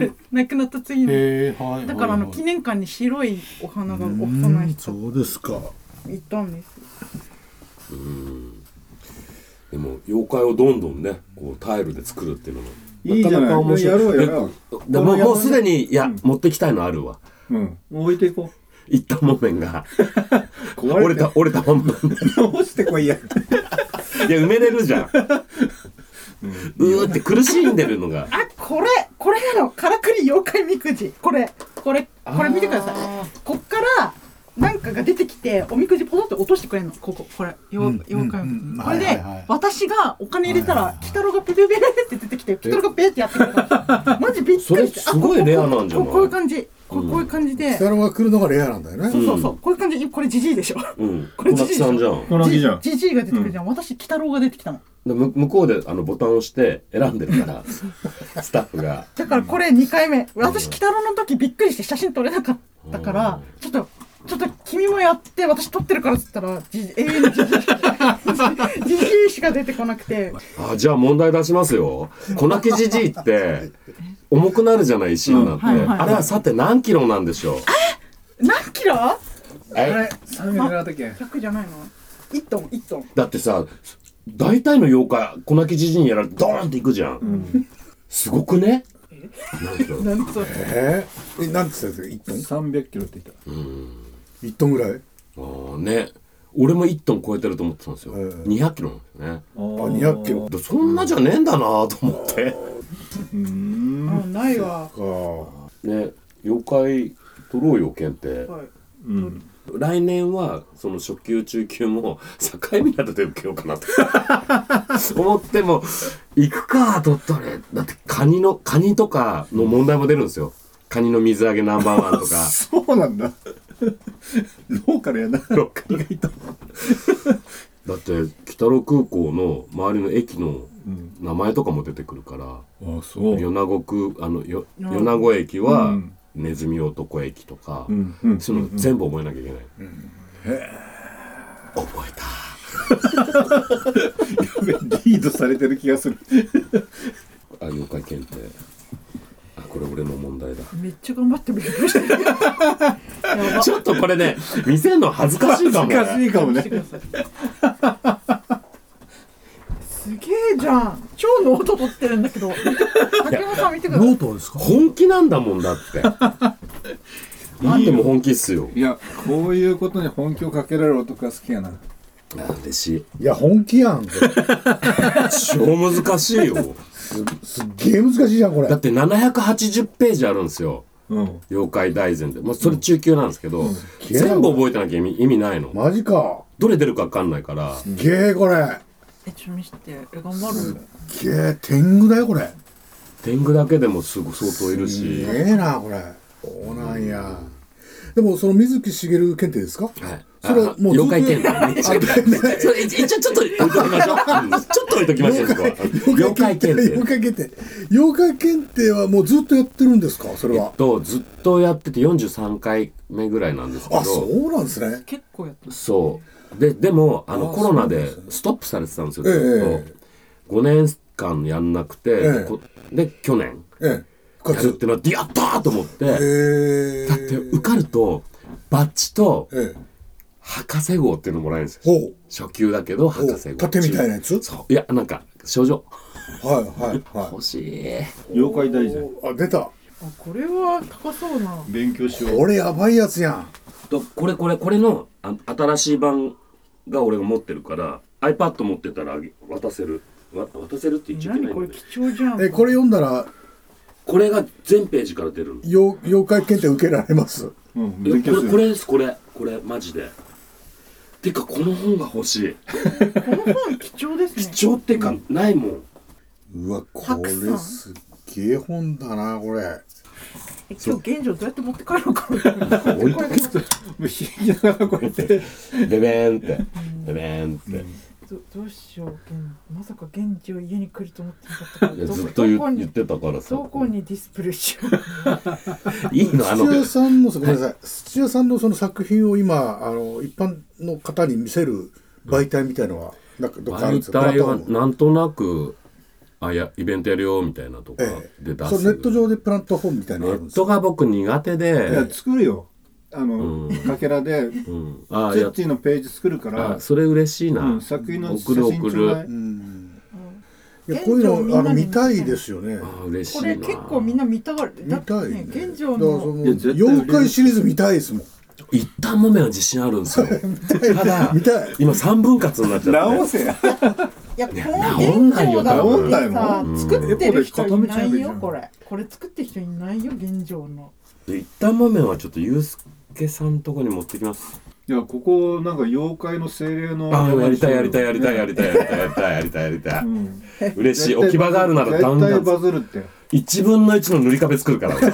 S2: らなくなった次の
S6: えー、はい。
S2: だからあの記念館に白いお花がお供え人
S3: そうですか
S2: いたんです
S5: でも妖怪をどんどんねこうタイルで作るっていうのも
S4: いいじ
S5: なか
S4: ゃ
S5: なか
S4: な
S5: 面
S4: い
S5: 白
S4: や
S5: い
S4: ろうやろ
S5: でももうすでにいや、持ってきたいのあるわ
S4: ううん置いていこ <laughs>
S5: 一旦木綿が
S4: う壊
S5: 折
S4: れ
S5: れ
S4: た
S5: た折れたまんまで
S4: 直してこいや
S5: いや埋めれるじゃんうーって苦しんでるのが
S2: あこれこれなのからくり妖怪みくじこれこれこれ見てくださいこっからなんかが出てきておみくじポロッと落としてくれるのこここれよう妖怪みくじ、
S6: うん
S2: これで、
S6: はいはいはい
S2: 私がお金入れたら鬼太郎がペペペペって出てきて鬼太郎がペってやってくれたマジびっくりして
S5: それすごい
S2: あこ
S5: レアなんじゃない
S2: こここういう感じここういう感じで、
S3: 北郎が来るのがレアなんだよね、
S2: そうそうそうこういう感じこれじじいでしょ
S5: うん
S2: これ
S5: 小夏さんじゃん
S4: この木じゃん
S2: じじいが出てくるじゃん、私鬼太郎が出てきたの
S5: でむ向こうであのボタンを押して選んでるからスタッフが
S2: だからこれ2回目、私鬼太郎の時びっくりして写真撮れなかったから、ちょっとちょっと君もやって私撮ってるからっつったらじ永遠にじ <laughs> じいしかじじいしか出てこなくて
S5: あじゃあ問題出しますよ粉きじじいって重くなるじゃない石になっ
S2: う
S5: て、
S2: んはいはい
S5: あれはさて何キロなんでしょう
S2: 何キロ
S5: え
S4: 300だっけ
S2: ?100 じゃないの ?1 トン1トン
S5: だってさ大体の妖怪粉きじじいにやられてドーンっていくじゃん、すごくね何キロ
S2: なんと
S3: えー、えなんて言ってたんですか1
S4: 300キロって言った
S3: トン1トンぐらい
S5: あーね俺も1トン超えてると思ってたんですよ、
S3: ええ
S5: 200キロなんだよね
S4: あ
S3: あ200キロ
S5: だそんなじゃねえんだなと思って、
S4: うん
S2: あないわ
S3: か
S5: ね妖怪取ろうよ検定
S2: はい
S4: うん
S5: 来年はその初級中級も境港で受けようかなと思っても行くか鳥取だってカニのカニとかの問題も出るんですよカニの水揚げナンバーワンとか
S4: そうなんだローカルやな
S5: ロッカー
S4: 意外と
S5: だって北郎空港の周りの駅の
S4: うん
S5: 名前とかも出てくるから
S4: あそう
S5: 米子空あのよ米子駅は、
S4: うん
S5: ネズミ男駅とか、
S4: うんうん
S5: そういうの全部覚えなきゃいけない、覚えた
S4: リードされてる気がする。
S5: あ妖怪検定あこれ俺の問題だ
S4: <laughs>
S2: めっちゃ頑張って勉強してるやば
S5: ちょっとこれね見せるの恥ずかしいかも、ね、
S4: 難しいかもね。
S2: すげえじゃん超ノート取ってるんだけど竹山さん見てくださ
S3: ノ
S2: い
S3: ートですか
S5: 本気なんだもんだ
S4: <laughs>
S5: ってなんでも本気っすよ
S4: いや、こういうことに本気をかけられる男が好きやな。
S5: あ嬉しい
S3: いや、本気やん。これ
S5: 超難しいよ
S3: すっげえ難しいじゃん、これ
S5: だっ。て780ページあるんですよ
S4: うん。
S5: 「妖怪大全」で、まあ、それ中級なんですけど、全部覚えてなきゃ意味意味ないの
S3: マジか。
S5: どれ出るか分かんないから
S3: げえ、これ。
S2: えちょっと見せてえ頑張る
S3: げえ、天狗だよ、これ。
S5: 天狗だけでもすご相当いるし、
S3: ええな、これ。そうなんや。でも、その水木しげる検定ですか
S5: はい
S3: それはもうずっと
S5: 妖怪天狗 <laughs>
S3: あね
S5: それ一応
S3: <laughs>
S5: ちょっと置いときましょううんちょっと置いときましょうそこは
S3: 妖
S5: 妖怪
S3: 怪検
S5: 検
S3: 定
S5: 定
S3: 妖怪検定妖怪検定はもうずっとやってるんですかそれ
S5: え
S3: は
S5: っとずっとやってて43回目ぐらいなんですけど
S3: あそうなんですね
S2: 結構やってます
S5: そうででもあの
S3: あ
S5: コロナで
S3: そうなんですね
S5: ストップされてたんですよ、
S3: ええ
S5: ずっと5年間やんなくて、
S3: ええ
S5: こで去年
S3: ええ
S5: やるってなってやったーと思って、
S3: ええ
S5: だって受かるとバッジと
S3: ええ
S5: 博士号っていうのもらえるんですよ
S3: ほう
S5: 初級だけど
S3: ほう
S5: 博士号
S3: 盾みたいなやつ
S5: そういやなんか症状
S3: はいはいは
S5: 欲しい
S4: 妖怪大臣。
S3: いあ出た
S2: あこれは高そうな
S4: 勉強しよう。
S3: これやばいやつやん
S5: とこれこれこれのあ新しい版が俺が持ってるから iPad 持ってたらあげ渡せるわ渡せるって言っちゃいけな
S2: 何
S5: い
S2: こ
S5: ん
S2: れ
S5: だよ
S2: 貴重じゃん
S3: えこれ読んだら
S5: これが全ページから出るの
S3: 妖妖怪検定受けられます
S4: うん、
S5: いや
S4: 勉強
S5: こ
S4: す
S5: れこ
S4: る。
S5: れですこれこれマジでてかこの本が欲しい
S2: この本貴重ですね
S5: 貴重ってか、ないもん
S3: <laughs> うわこ
S2: 白山
S3: れすっげえ本だなこれ
S2: え今日現状どうやって持って帰ろうかな
S5: 置いとく
S4: 引きながらこうやって。
S5: ベベーンってベベーンって、
S2: どどうしよう現まさか現状家に来ると思ってなかったから
S5: いや
S2: ど
S5: ずっと言
S2: どこ
S5: う言
S2: に
S5: ってたからさ
S2: どこにディスプレイしよう
S5: いいのあ
S3: 土
S5: の
S3: 屋さんのごめんなさい土屋さんのその作品を今あの一般の方に見せる媒体みたいのはなんかどっかあるん
S5: 媒
S3: ですか
S5: 体は
S3: プラットフォーム
S5: なんとなくあいやイベントやるよみたいなとか
S3: ええ
S5: で出
S3: そ
S5: す、
S3: うネット上でプラットフォームみたいな
S5: ネ
S3: のあるんで
S5: ッ
S3: す
S5: ト
S3: か
S5: が僕苦手
S4: いや
S5: で、
S4: 作るよ。あ
S5: う
S4: の
S5: ん、
S4: かけらで、ツ
S5: うん、あ
S4: ッ
S5: や
S4: チーのページ作るから
S5: あ、それ嬉しいな、
S4: うん、作品の写
S5: 送る
S4: 真
S5: 送
S4: ちょうだ
S5: る
S4: い。
S3: うんい
S2: 現
S3: や
S2: 状
S3: こういうのあの
S2: みんなに
S3: 見たいですよ
S5: あ
S3: ね
S5: 嬉しい
S2: こ
S5: な
S2: れ結構みんな見たがるだっ
S3: 見
S2: て
S3: たい
S2: ね
S3: ね
S2: 現状
S3: だからそ
S2: の
S3: の
S4: いや絶対
S3: 妖怪シリーズ見たいですもん
S5: 一旦もめは自信あるんですよただ
S3: 見 <laughs> たい
S5: 今三分割になっちゃって
S4: 直せや。
S2: いやこ
S5: 直ん
S2: の
S5: ない
S2: 現
S5: よ
S2: 状だ
S4: 直んない
S2: さ
S4: も
S5: ん
S2: 作ってる人いな
S4: エコで固めちゃえば
S2: い
S4: いいじゃ
S2: よ
S4: ん
S2: これこれ作ってる人いないよ現状の
S5: で一旦もめはちょっとゆうすけさんとこに持ってきます
S4: いや、ここ、なんか妖怪の精霊の。
S5: あやりたいやりたいやりたいやりたいやりたいやりたいやりたいやりたい
S4: うん。
S5: 嬉しい置き場があるならガンガ
S4: 絶対バ
S5: ン
S4: ズるって。
S5: 一分の一の塗り壁作る
S3: <laughs>
S5: から俺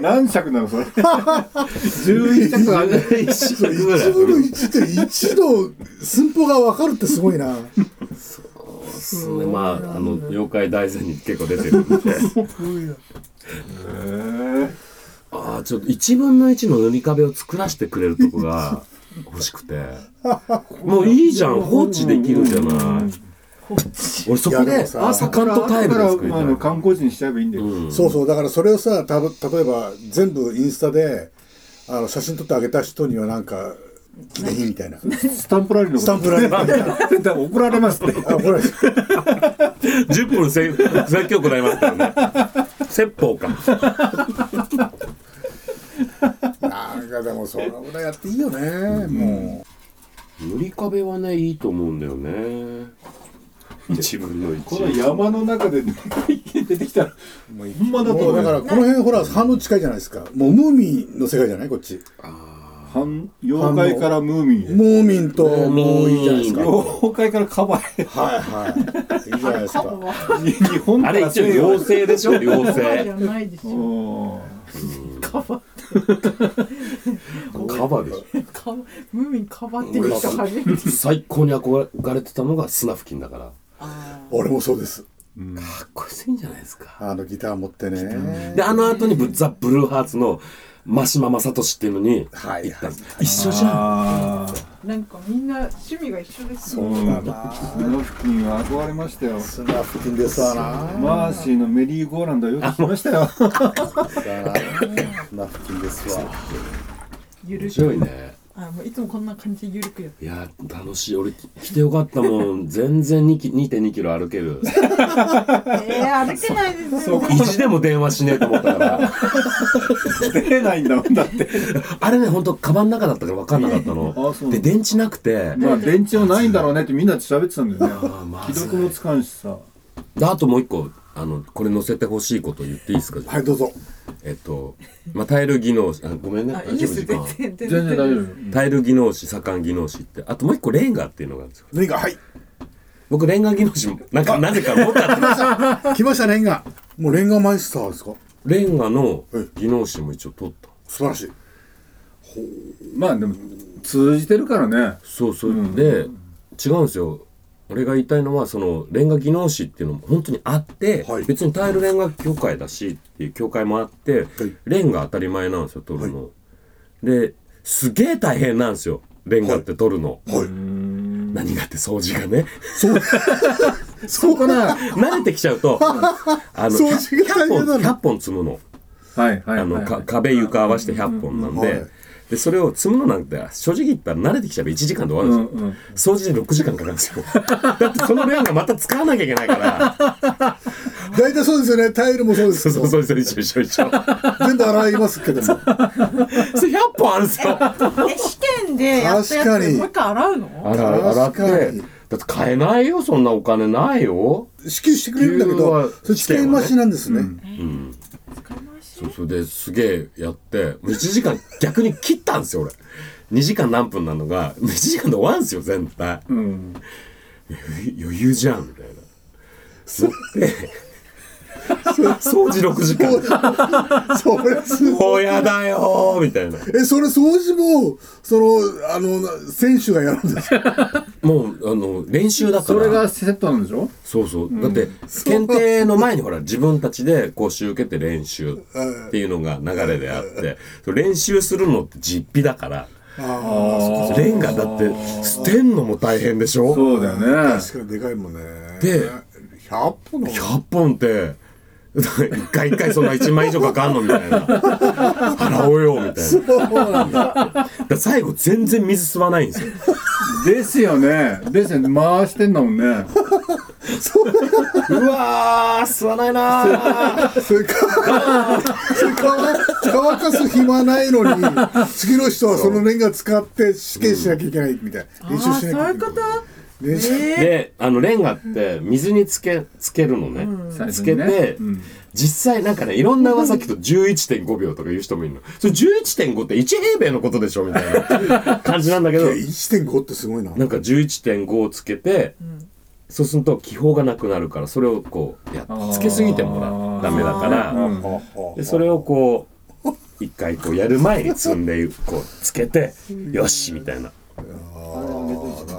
S4: 何尺なのそれ。11尺ある。
S5: 一分ぐらい
S3: 一分の一って一度寸法が分かるってすごいな
S5: そうですねまああの妖怪大全に結構出てるんで <laughs>
S4: へ
S5: ああちょっと1分の1の塗り壁を作らせてくれるとこが <laughs> 欲しくてもういいじゃん放置できるじゃない俺そこ
S3: いやで
S5: で
S3: もさ
S5: あサカン
S4: ー
S5: トタイムで作り
S4: だ
S5: た
S4: からあ
S5: い
S4: の観光地にしちゃえばいいんだよ。
S5: うん
S3: そうそうだからそれをさた例えば全部インスタであの写真撮ってあげた人にはなんか記念品みたいな
S4: スタンプラリーの
S3: スタンプラリーみたい
S4: <laughs>
S3: な
S4: リー。怒られますって。
S3: あこれ
S5: 10分せ説教くらいますからね <laughs> 説法か
S3: なんかでもそのぐらいやっていいよねも
S5: 塗り壁はねいいと思うんだよね1分の
S4: この
S5: 1
S4: 山の中で一気に出てきたら、ほんま
S3: う
S4: だと
S3: も
S4: 思
S3: う
S4: う
S3: だから
S4: よ。
S3: この辺ほら反応近いじゃないですかもうムーミンの世界じゃないこっち
S4: 半妖怪からムーミンへ。
S3: ムーミンと
S5: ムーミン
S3: もういいじゃないですか
S5: ムーミン
S4: 妖怪からカバーへ。
S3: はいはいいいじゃないです
S2: カ
S3: か
S2: バーは
S4: 日本
S5: あ
S4: か
S5: れ
S4: ら
S5: 一応
S4: 西洋へ
S5: 妖精でしょ <laughs> 妖
S2: カバーじ
S5: 精
S2: ゃないでしょ
S4: おー
S2: カバー
S5: カバーでしょ
S2: カバームーミンカバーってる人初めて
S5: 最高に憧れてたのがスナフキンだから
S3: 俺もそうです
S5: かっこよすぎんじゃないですか
S3: あのギター持ってね
S5: であの後にブザ・ブルーハーツの真島正俊っていうのに
S3: はいはい
S5: 一緒じゃん
S4: あー
S2: なんかみんな趣味が一緒です
S4: そ
S2: ね
S4: う
S3: だ
S4: だ
S3: な
S4: な。あの付近は憧れましたよ。
S3: スナフキンでさな
S4: マーシーのメリーゴーランドはよくしましたよ。
S3: スナフキンですわ
S2: ゆる
S5: 面白いね
S2: あもういつもこんな感じでゆるくやって
S5: いや楽しい俺来てよかったもん全然2 2.2キロ歩ける
S2: えー、歩けないですよね
S5: 意地でも電話しねえと思ったから
S4: <laughs> 出れないんだもんだって。
S5: あれね本当カバンの中だったから分かんなかった
S4: あ
S5: の
S4: そう
S5: で電池なくて
S4: まあ電池もないんだろうねってみんなで喋ってたんだよ
S5: あーま
S4: ね。
S5: あ
S4: 既読もつかんしさ。
S5: であともう一個あのこれ載せてほしいこと言っていいですか
S3: はいどうぞ
S5: えっと、まあ、タイル技能士あごめんね
S2: あいいです
S5: 大
S2: 全
S5: 丈
S2: 然全然
S5: 夫時間
S4: 全然大丈
S5: タイル技能士左官技能士ってあともう一個レンガっていうのがあるんですよ
S3: レンガはい
S5: 僕レンガ技能士もなんかなぜか持ってあったんですよ
S3: 来ましたレンガもうレンガマイスターですか
S5: レンガの技能士も一応取った
S3: 素晴らしい
S4: 夫。まあでも通じてるからね。
S5: そうそう、で違うんですよ俺が言いたいのはそのレンガ技能士っていうのも本当にあって、
S3: はい
S5: 別にタイルレンガ協会だしっていう協会もあって、レンガ当たり前なんですよ取るの、ですげえ大変なんですよレンガって取るの、
S3: はい
S5: 何がって掃除がね
S3: そう
S5: そこな慣れてきちゃうとあの
S3: 掃除が大変な
S5: 100本
S3: の
S5: 100本積むの
S4: はいはい
S5: あ
S4: は
S5: の
S4: い
S5: か壁床合わせて100本なん
S3: うんうんうん
S5: で
S3: はい
S5: でそれを積むのなんて正直言ったら慣れてきちゃえば1時間で終わるんですよ、掃除で6時間かかるんですよ <laughs> だってそのレンガまた使わなきゃいけないから
S3: 大体そうですよねタイルもそうです
S5: そう
S3: け
S5: そ
S3: ど
S5: うそうそう一緒一緒一緒
S3: 全部洗いますけども
S5: それ100本あるんですよ
S2: え試験でやったや
S3: 確か
S2: つ
S3: に
S2: もう一回洗うの
S5: 洗う洗っ
S3: 確かに
S5: てだって買えないよそんなお金ないよ
S3: 支給してくれるんだけ
S5: 地球は
S3: どそれ地形増しなんですね
S2: 使い回し
S5: そうそうですげえやってもう1時間逆に切ったんですよ俺2時間何分なのが1時間で終わるんですよ全体
S4: うん。
S5: 余裕じゃんみたいなそうで掃除6時間
S3: それすごい
S5: 親だよーみたいな
S3: えそれ掃除もそのあの選手がやるんですか
S5: もうあの練習だか
S4: そ
S5: ら
S4: れがセットなんでしょ
S5: そうそうだって検定の前にほら自分たちで講習受けて練習っていうのが流れであってそれ練習するのって実費だからレンガだって捨てんのも大変でしょ
S4: そうだよね。
S3: 確かにでかいもんね
S5: で
S3: 100本の <laughs>
S5: 100本って1回1回そんな1万以上かかんのみたいな払おうよみたいな
S3: そうなんだ
S5: だから最後全然水吸わないんですよ
S4: ですよね。ですよね。回してんだもんね。
S5: うわー吸わないなー
S3: それかそれか乾かす暇ないのに次の人はそのレンガ使って試験しなきゃいけないみたいな練習
S2: ああ
S3: し
S2: そうい
S3: なきゃいうけ
S2: こ
S3: ない
S2: と
S3: 練習
S2: え
S5: <laughs> であのレンガって水につけつけるのね、
S4: 最
S5: つ
S4: 初
S5: け
S4: にね
S5: て、
S4: うん
S5: 実際なんかねいろんな噂聞くと11.5秒とか言う人もいるのそれ11.5って1平米のことでしょみた <laughs> いな感じなんだけど
S3: 1.5ってすごいな
S5: なんか11.5をつけて、そうすると気泡がなくなるからそれをこうやって
S4: ー
S5: つけすぎてもらダメだから、
S4: うん
S3: はあはあ
S5: でそれをこう一回こうやる前に積んでいくこうつけてよしみたいな、
S3: ああな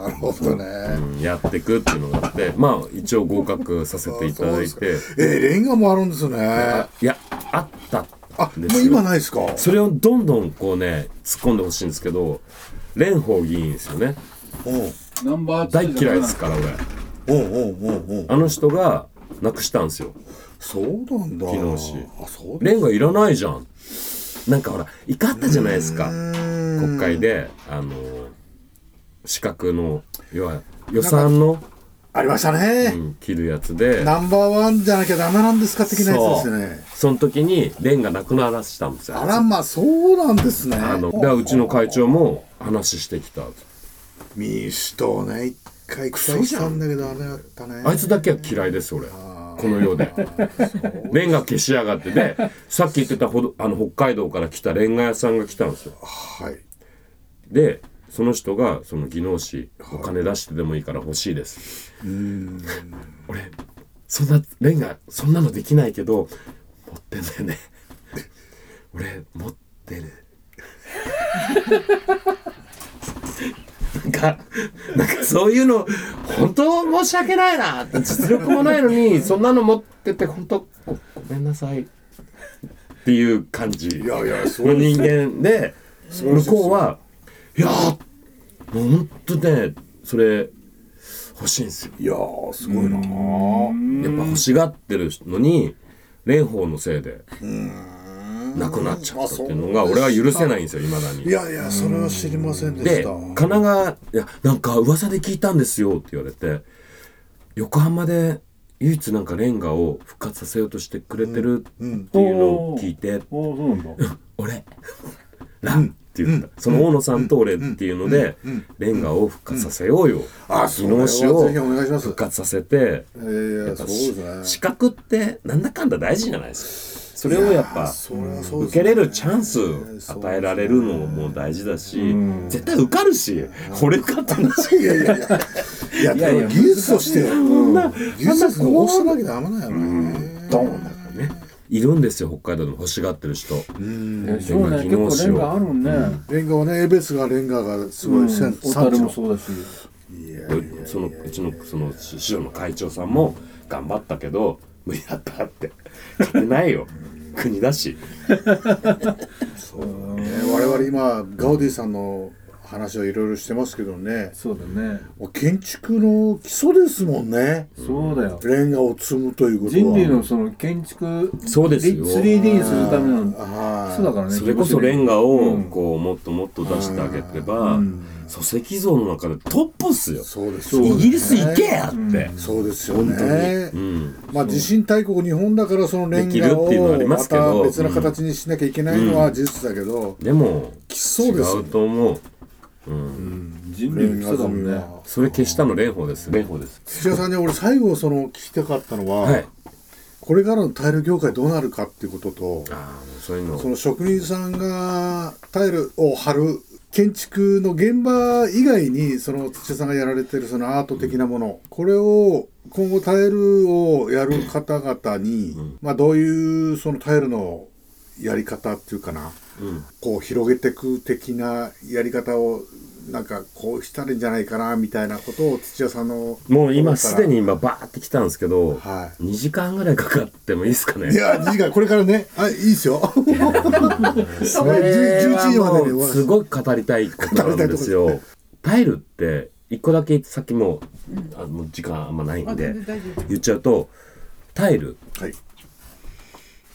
S3: るほどね
S5: うんやっていくっていうのがあってまあ一応合格させていただいて
S3: えレンガもあるんですねあ
S5: いやあったんで
S3: もう
S5: す
S3: 今
S5: よ
S3: ないですか
S5: それをどんどんこうね突っ込んでほしいんですけど蓮舫議員ですよね
S3: うん
S4: ナンバー
S5: 大嫌いです
S4: か。
S5: から俺
S3: うんうんうんうん
S5: あの人がなくしたんですよ
S3: そうなんだ
S5: 技能士
S3: あそうだ
S5: レンガいらないじゃんなんかほら怒ったじゃないですか国会であの資格の要は予算の、
S3: ありました
S5: う
S3: ね
S5: ん切るやつで
S3: ナンバーワンじゃなきゃダメなんですか的なやつですね
S5: その時にレンガなくならしたんですよ
S3: あらまあそうなんですね
S5: あのだからうちの会長も話してきた
S3: 民主党ね一回期待したんだけどあれだったね
S5: あいつだけは嫌いです俺この世でレンガ消しやがってでさっき言ってたほどあの北海道から来たレンガ屋さんが来たんですよ
S3: はい
S5: でその人がその技能士お金出してでもいいから欲しいです俺そんなレンガそんなのできないけど持ってんだよね俺持ってるなんかなんかそういうの本当申し訳ないなって実力もないの <laughs> にそんなの持ってて本当ごごめんなさいっていう感じ
S3: いやいやそう
S5: の人間で向こうは「いやー本当ねそれ欲しいんですよ
S3: いやーすごいなー
S5: やっぱ欲しがってるのに蓮舫のせいでなくなっちゃったっていうのが俺は許せないんですよいまだに
S3: いやいやそれは知りませんでし
S5: で
S3: た
S5: 神奈川いやなんか噂で聞いたんですよって言われて横浜で唯一なんかレンガを復活させようとしてくれてるっていうのを聞いて
S4: おそうなんだ。
S5: 俺ランって言った、その大野さんと俺っていうので、レンガを復活させようよ、
S3: あ
S5: そ
S3: そ
S5: れ
S3: れ
S5: は
S3: は
S5: ぜ
S3: ぜ
S5: ひ
S3: ひ
S5: お
S3: お願いします
S5: 復活させて
S3: えー、そうです
S5: 資
S3: ね
S5: 格ってなんだかんだ大事じゃないですかそれをやっぱ
S3: それはそう
S5: 受
S3: です
S5: けれ
S3: ね
S5: るチャンス与えられるのも大事だし、絶対受かるし、俺受かったんだし
S3: いやいやいやいや
S5: やいや
S3: 技術としてうん技術としてこうするわけダメだよね
S5: ドーンだからねいるんですよ北海道でも欲しがってる人
S4: えそうね、結構レンガあるもんね。
S3: レンガはねエベスがレンガがすごい
S4: 小
S3: 産
S4: 樽
S3: 地
S4: も
S3: の
S4: そうだし。
S5: そのうちのその師匠の会長さんも頑張ったけど無理だったって勝てないよ国だし
S3: ね我々今ガウディさんの話をいろいろしてますけどね
S4: そうだね。
S3: もう建築の基礎ですもんね
S4: そうだよ。
S3: レンガを積むということは
S4: 人類のその建築
S5: そうですよ
S4: 3D にするための
S3: はい
S4: そうだからね。
S5: それこそレンガを
S4: うん
S5: こうもっともっと出してあげてば、礎石像の中でトップっすよ
S3: そうです
S4: そう
S3: よ
S5: イ
S3: ね
S5: ギリス行けやって、
S3: そうですよね
S5: うん
S3: まあ地震大国日本だからそのレン
S5: できる
S3: ガ
S5: っていうのはあり
S3: を
S5: ま
S3: ます
S5: けど
S3: た別な形にしなきゃいけないのは事実だけど
S5: でも
S3: きそうです
S5: 違う
S3: よ
S5: と思う
S4: 人
S3: レ
S4: 類
S3: ン
S4: の基礎だも
S3: ガ積
S4: ん
S3: み
S4: ね。
S3: は
S5: それ消したの蓮舫です蓮舫です
S3: 土屋さんに俺最後その聞きたかったのは、
S5: はい
S3: これからのタイル業界どうなるかっていうことと
S5: ああそういうの
S3: その職人さんがタイルを貼る建築の現場以外にその土屋さんがやられてるそのアート的なもの、これを今後タイルをやる方々に、まあ、どういうそのタイルのやり方っていうかな、こう広げてく的なやり方をなんかこうしたらいいんじゃないかなみたいなことを土屋さんの
S5: もう今すでに今バーって来たんですけど、
S3: は
S5: 2時間ぐらいかかってもいいですかね
S3: いや、次回これからね、あ、いいですよ。 <laughs>
S5: それ
S3: 11時ま
S5: は
S3: でに
S5: もう
S3: 終わらせ
S5: すごい語りたいことなんです
S3: 語
S5: よタイルって一個だけさっきもうあもう時間あんまないん
S2: あ全
S5: で
S2: 然大丈夫
S5: 言っちゃうとタイル
S3: はい、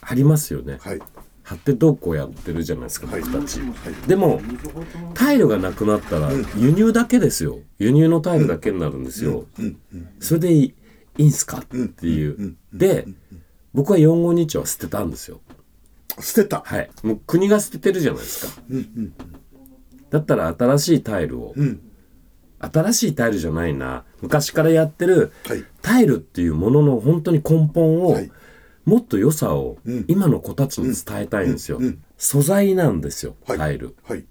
S5: 貼りますよね、
S3: はい、
S5: 貼ってどうこうやってるじゃないですか
S3: はい
S5: 僕たち、
S3: はい
S5: でもタイルがなくなったら輸入だけですよ輸入のタイルだけになるんですよ、それでいいいいんすかっていう、で僕は452は捨てたんですよ
S3: 捨てた。
S5: はい。もう国が捨ててるじゃないですか。だったら新しいタイルを、
S3: ん
S5: 新しいタイルじゃないな。昔からやってる
S3: はい、
S5: タイルっていうものの本当に根本を、
S3: はい
S5: もっと良さを今の子たちに伝えたいんですよ。素材なんですよ、
S3: はい
S5: タイル。
S3: はい、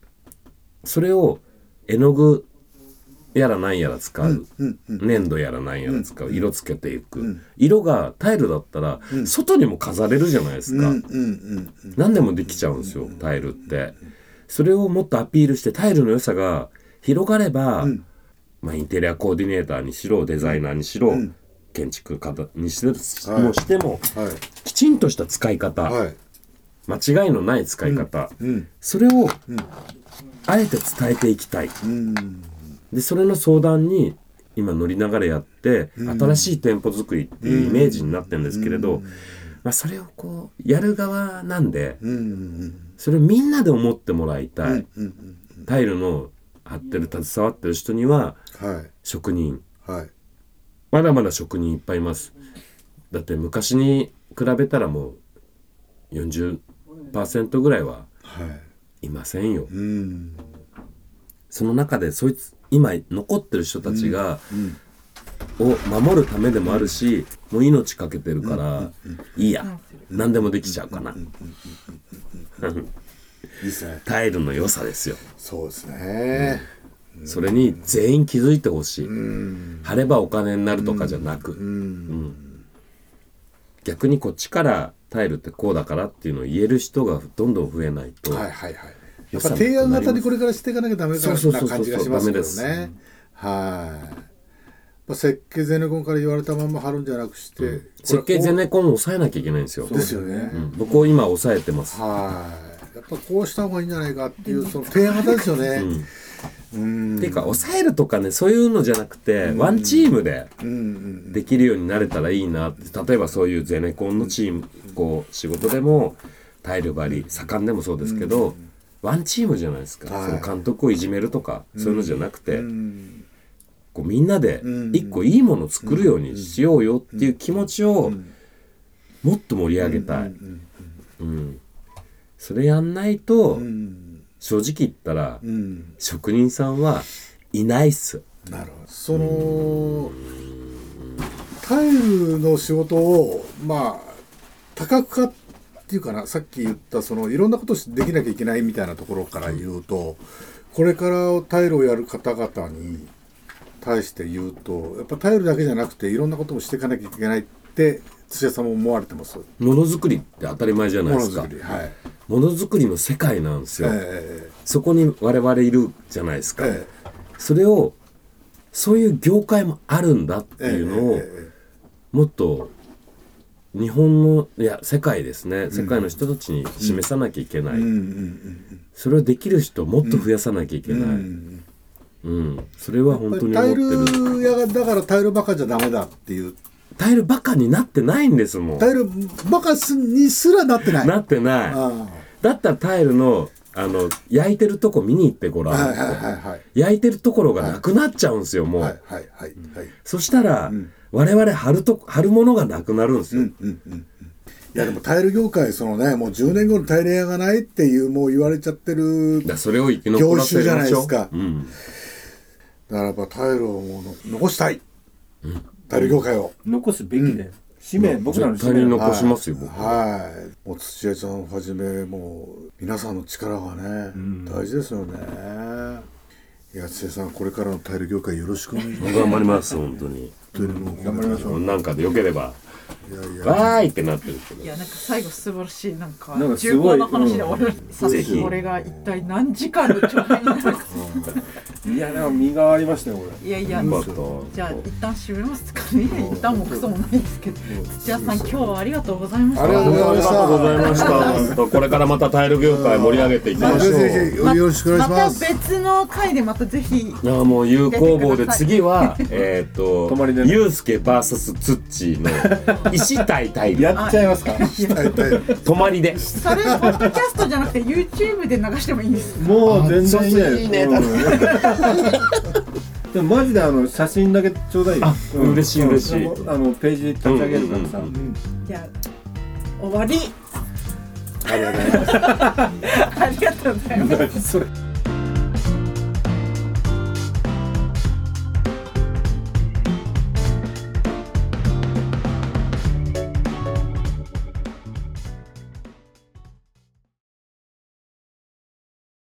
S5: それを絵の具やらなんやら使う、
S3: うん、
S5: 粘土やらなんやら使う、色つけていく、色がタイルだったら外にも飾れるじゃないですか、
S3: うん、うん、うん、
S5: 何でもできちゃうんですよタイルってそれをもっとアピールしてタイルの良さが広がれば、まあ、インテリアコーディネーターにしろデザイナーにしろ、建築家にしても
S3: はい
S5: しても、
S3: はい、
S5: きちんとした使い方、
S3: はい、
S5: 間違いのない使い方、
S3: うん、
S5: それを、あえて伝えていきたい
S3: うん、
S5: でそれの相談に今乗りながらやって、新しい店舗作りっていうイメージになってるんですけれど、まあ、それをこうやる側なんで、
S3: うん、うん、
S5: それをみんなで思ってもらいたい、
S3: うん、
S5: タイルの貼ってる携わってる人には
S3: は
S5: 職人
S3: い、はい、
S5: まだまだ職人いっぱいいますだって昔に比べたらもう40%ぐらいは
S3: はい、
S5: いませんよ
S3: うん、
S5: その中でそいつ今残ってる人たちが、を守るためでもあるしもう命かけてるから、いいや何でもできちゃうかな
S3: いいですね。
S5: タイルの良さですよ
S3: そうですね。
S5: それに全員気づいてほしい、貼ればお金になるとかじゃなく、うん逆にこっちからタイルってこうだからっていうのを言える人がどんどん増えないと、
S3: はい、はい、はい。やっぱ提案型にこれからしていかなきゃダメだ
S5: そう
S3: な
S5: そうそうそう
S3: 感じがしますけど
S5: ダメで
S3: ね。はい。まあ設計ゼネコンから言われたまんま貼るんじゃなくして、
S5: 設計ゼ
S3: ネ
S5: ネコンを抑えなきゃいけないんですよ
S3: ですよね。
S5: うん僕を今抑えてます
S3: はい。やっぱこうした方がいいんじゃないかっていうその提案型ですよね。うん
S5: っていうか抑えるとかねそういうのじゃなくて、ワンチームで
S3: うんうん
S5: できるようになれたらいいなって例えばそういうゼネコンのチームこう仕事でもタイル張り盛んでもそうですけど、ワンチームじゃないですか、
S3: はい
S5: その監督をいじめるとか、そういうのじゃなくて、
S3: うん
S5: こうみんなで
S3: うん
S5: 一個いいものを作るようにしようよっていう気持ちをもっと盛り上げたい、
S3: うん
S5: うん、それやんないと
S3: うん
S5: 正直言ったら
S3: うん
S5: 職人さんはいないっす。
S3: なるほどそのタイルの仕事をまあ多角化っていうかなさっき言ったそのいろんなことしできなきゃいけないみたいなところから言うとこれからタイルをやる方々に対して言うとやっぱタイルだけじゃなくていろんなこともしていかなきゃいけないって土屋さんも思われてます。
S5: ものづくりって当たり前じゃない
S3: も
S5: で
S3: の
S5: す
S3: づ
S5: か
S3: くりはい。
S5: ものづくりの世界なんです
S3: ええ
S5: よ、そこに我々いるじゃないです
S3: え
S5: か、
S3: え
S5: それをそういう業界もあるんだって
S3: ええ
S5: いうのを
S3: ええ
S5: もっと日本のいや世界ですね世界の人たちに示さなきゃいけない、
S3: うんうんうん
S5: それをできる人をもっと増やさなきゃいけ
S3: う
S5: ない、うん
S3: うんん。
S5: それは本当に
S3: タ
S5: 思
S3: イ
S5: ってる
S3: ル屋がだからタイルばかじゃダメだっていう
S5: タイルバカになってないんですもん
S3: タイルばかすにすらなってない。
S5: なってない
S3: あ
S5: だったらタイルのあの焼いてるとこ見に行ってご
S3: あ
S5: らん、
S3: はいはいはいはい
S5: 焼いてるところがなくなっちゃうんですよ、もう、
S3: はいはいはいはい。
S5: そしたら、
S3: ん
S5: 我々貼ると貼るものがなくなるんです
S3: う
S5: よ、
S3: んうんうんうん。いやでもタイル業界そのねもう10年後のタイル屋がないっていうもう言われちゃってる
S5: だからそれを生き残らせる
S3: 業種じゃないですか
S5: うん、
S3: ならばタイルをもうの残したい。タイル業界を。
S4: 残すべきだよ。使命、僕らの使
S5: 絶対
S4: 命
S5: に
S4: だ
S5: 残しますよ、僕
S3: はい。もう土屋さんをはじめもう皆さんの力がね大事ですよね。いや土屋さんこれからのタイル業界よろしくお願いします。
S5: 頑張ります本当に
S3: 本当にもう頑張りましょう。
S5: なんかでよければ
S3: いやいや。
S5: わーいってなってるけ
S2: いやなんか最後素晴らしいなんか
S4: なんか
S2: 重
S4: すご
S2: 厚
S4: い
S2: な話で終わる、さっ
S5: ぜ
S2: き
S5: ひ
S2: これが一体何時間の長編になるか
S4: いや、なんか身がありましたよ、これ。
S2: いやいや
S5: どよかった
S2: じゃあ一旦締めますかね一旦もクソもないですけど土屋さん今日はありがとうございました
S3: ありがとうござい
S5: あ
S3: ま
S5: り
S3: し
S5: が
S3: た
S5: とうございましたこれからまたタイル業界盛り上げていきましょう
S3: ぜひぜひよろしくお願いします。
S2: また別の回でまたぜひ
S5: なあもう有効棒で次はえっと
S4: 泊まりでね
S5: ユースケ VS ツッチーの石対タ
S3: <laughs>
S5: イル
S4: やっちゃいますか。
S3: はいはい
S5: 泊まりで
S2: それポッドキャストじゃなくて YouTube で流してもいいんです
S4: もう全然いいね。
S5: いいね
S4: うんでもマジであの写真だけちょうだいよ
S5: あ嬉しい嬉しい
S4: あのページ立ち上げるからさ、
S5: うんうん
S2: じゃあ終わり <laughs>
S5: ありがとうございます
S2: ありがとうございます
S4: <laughs> それ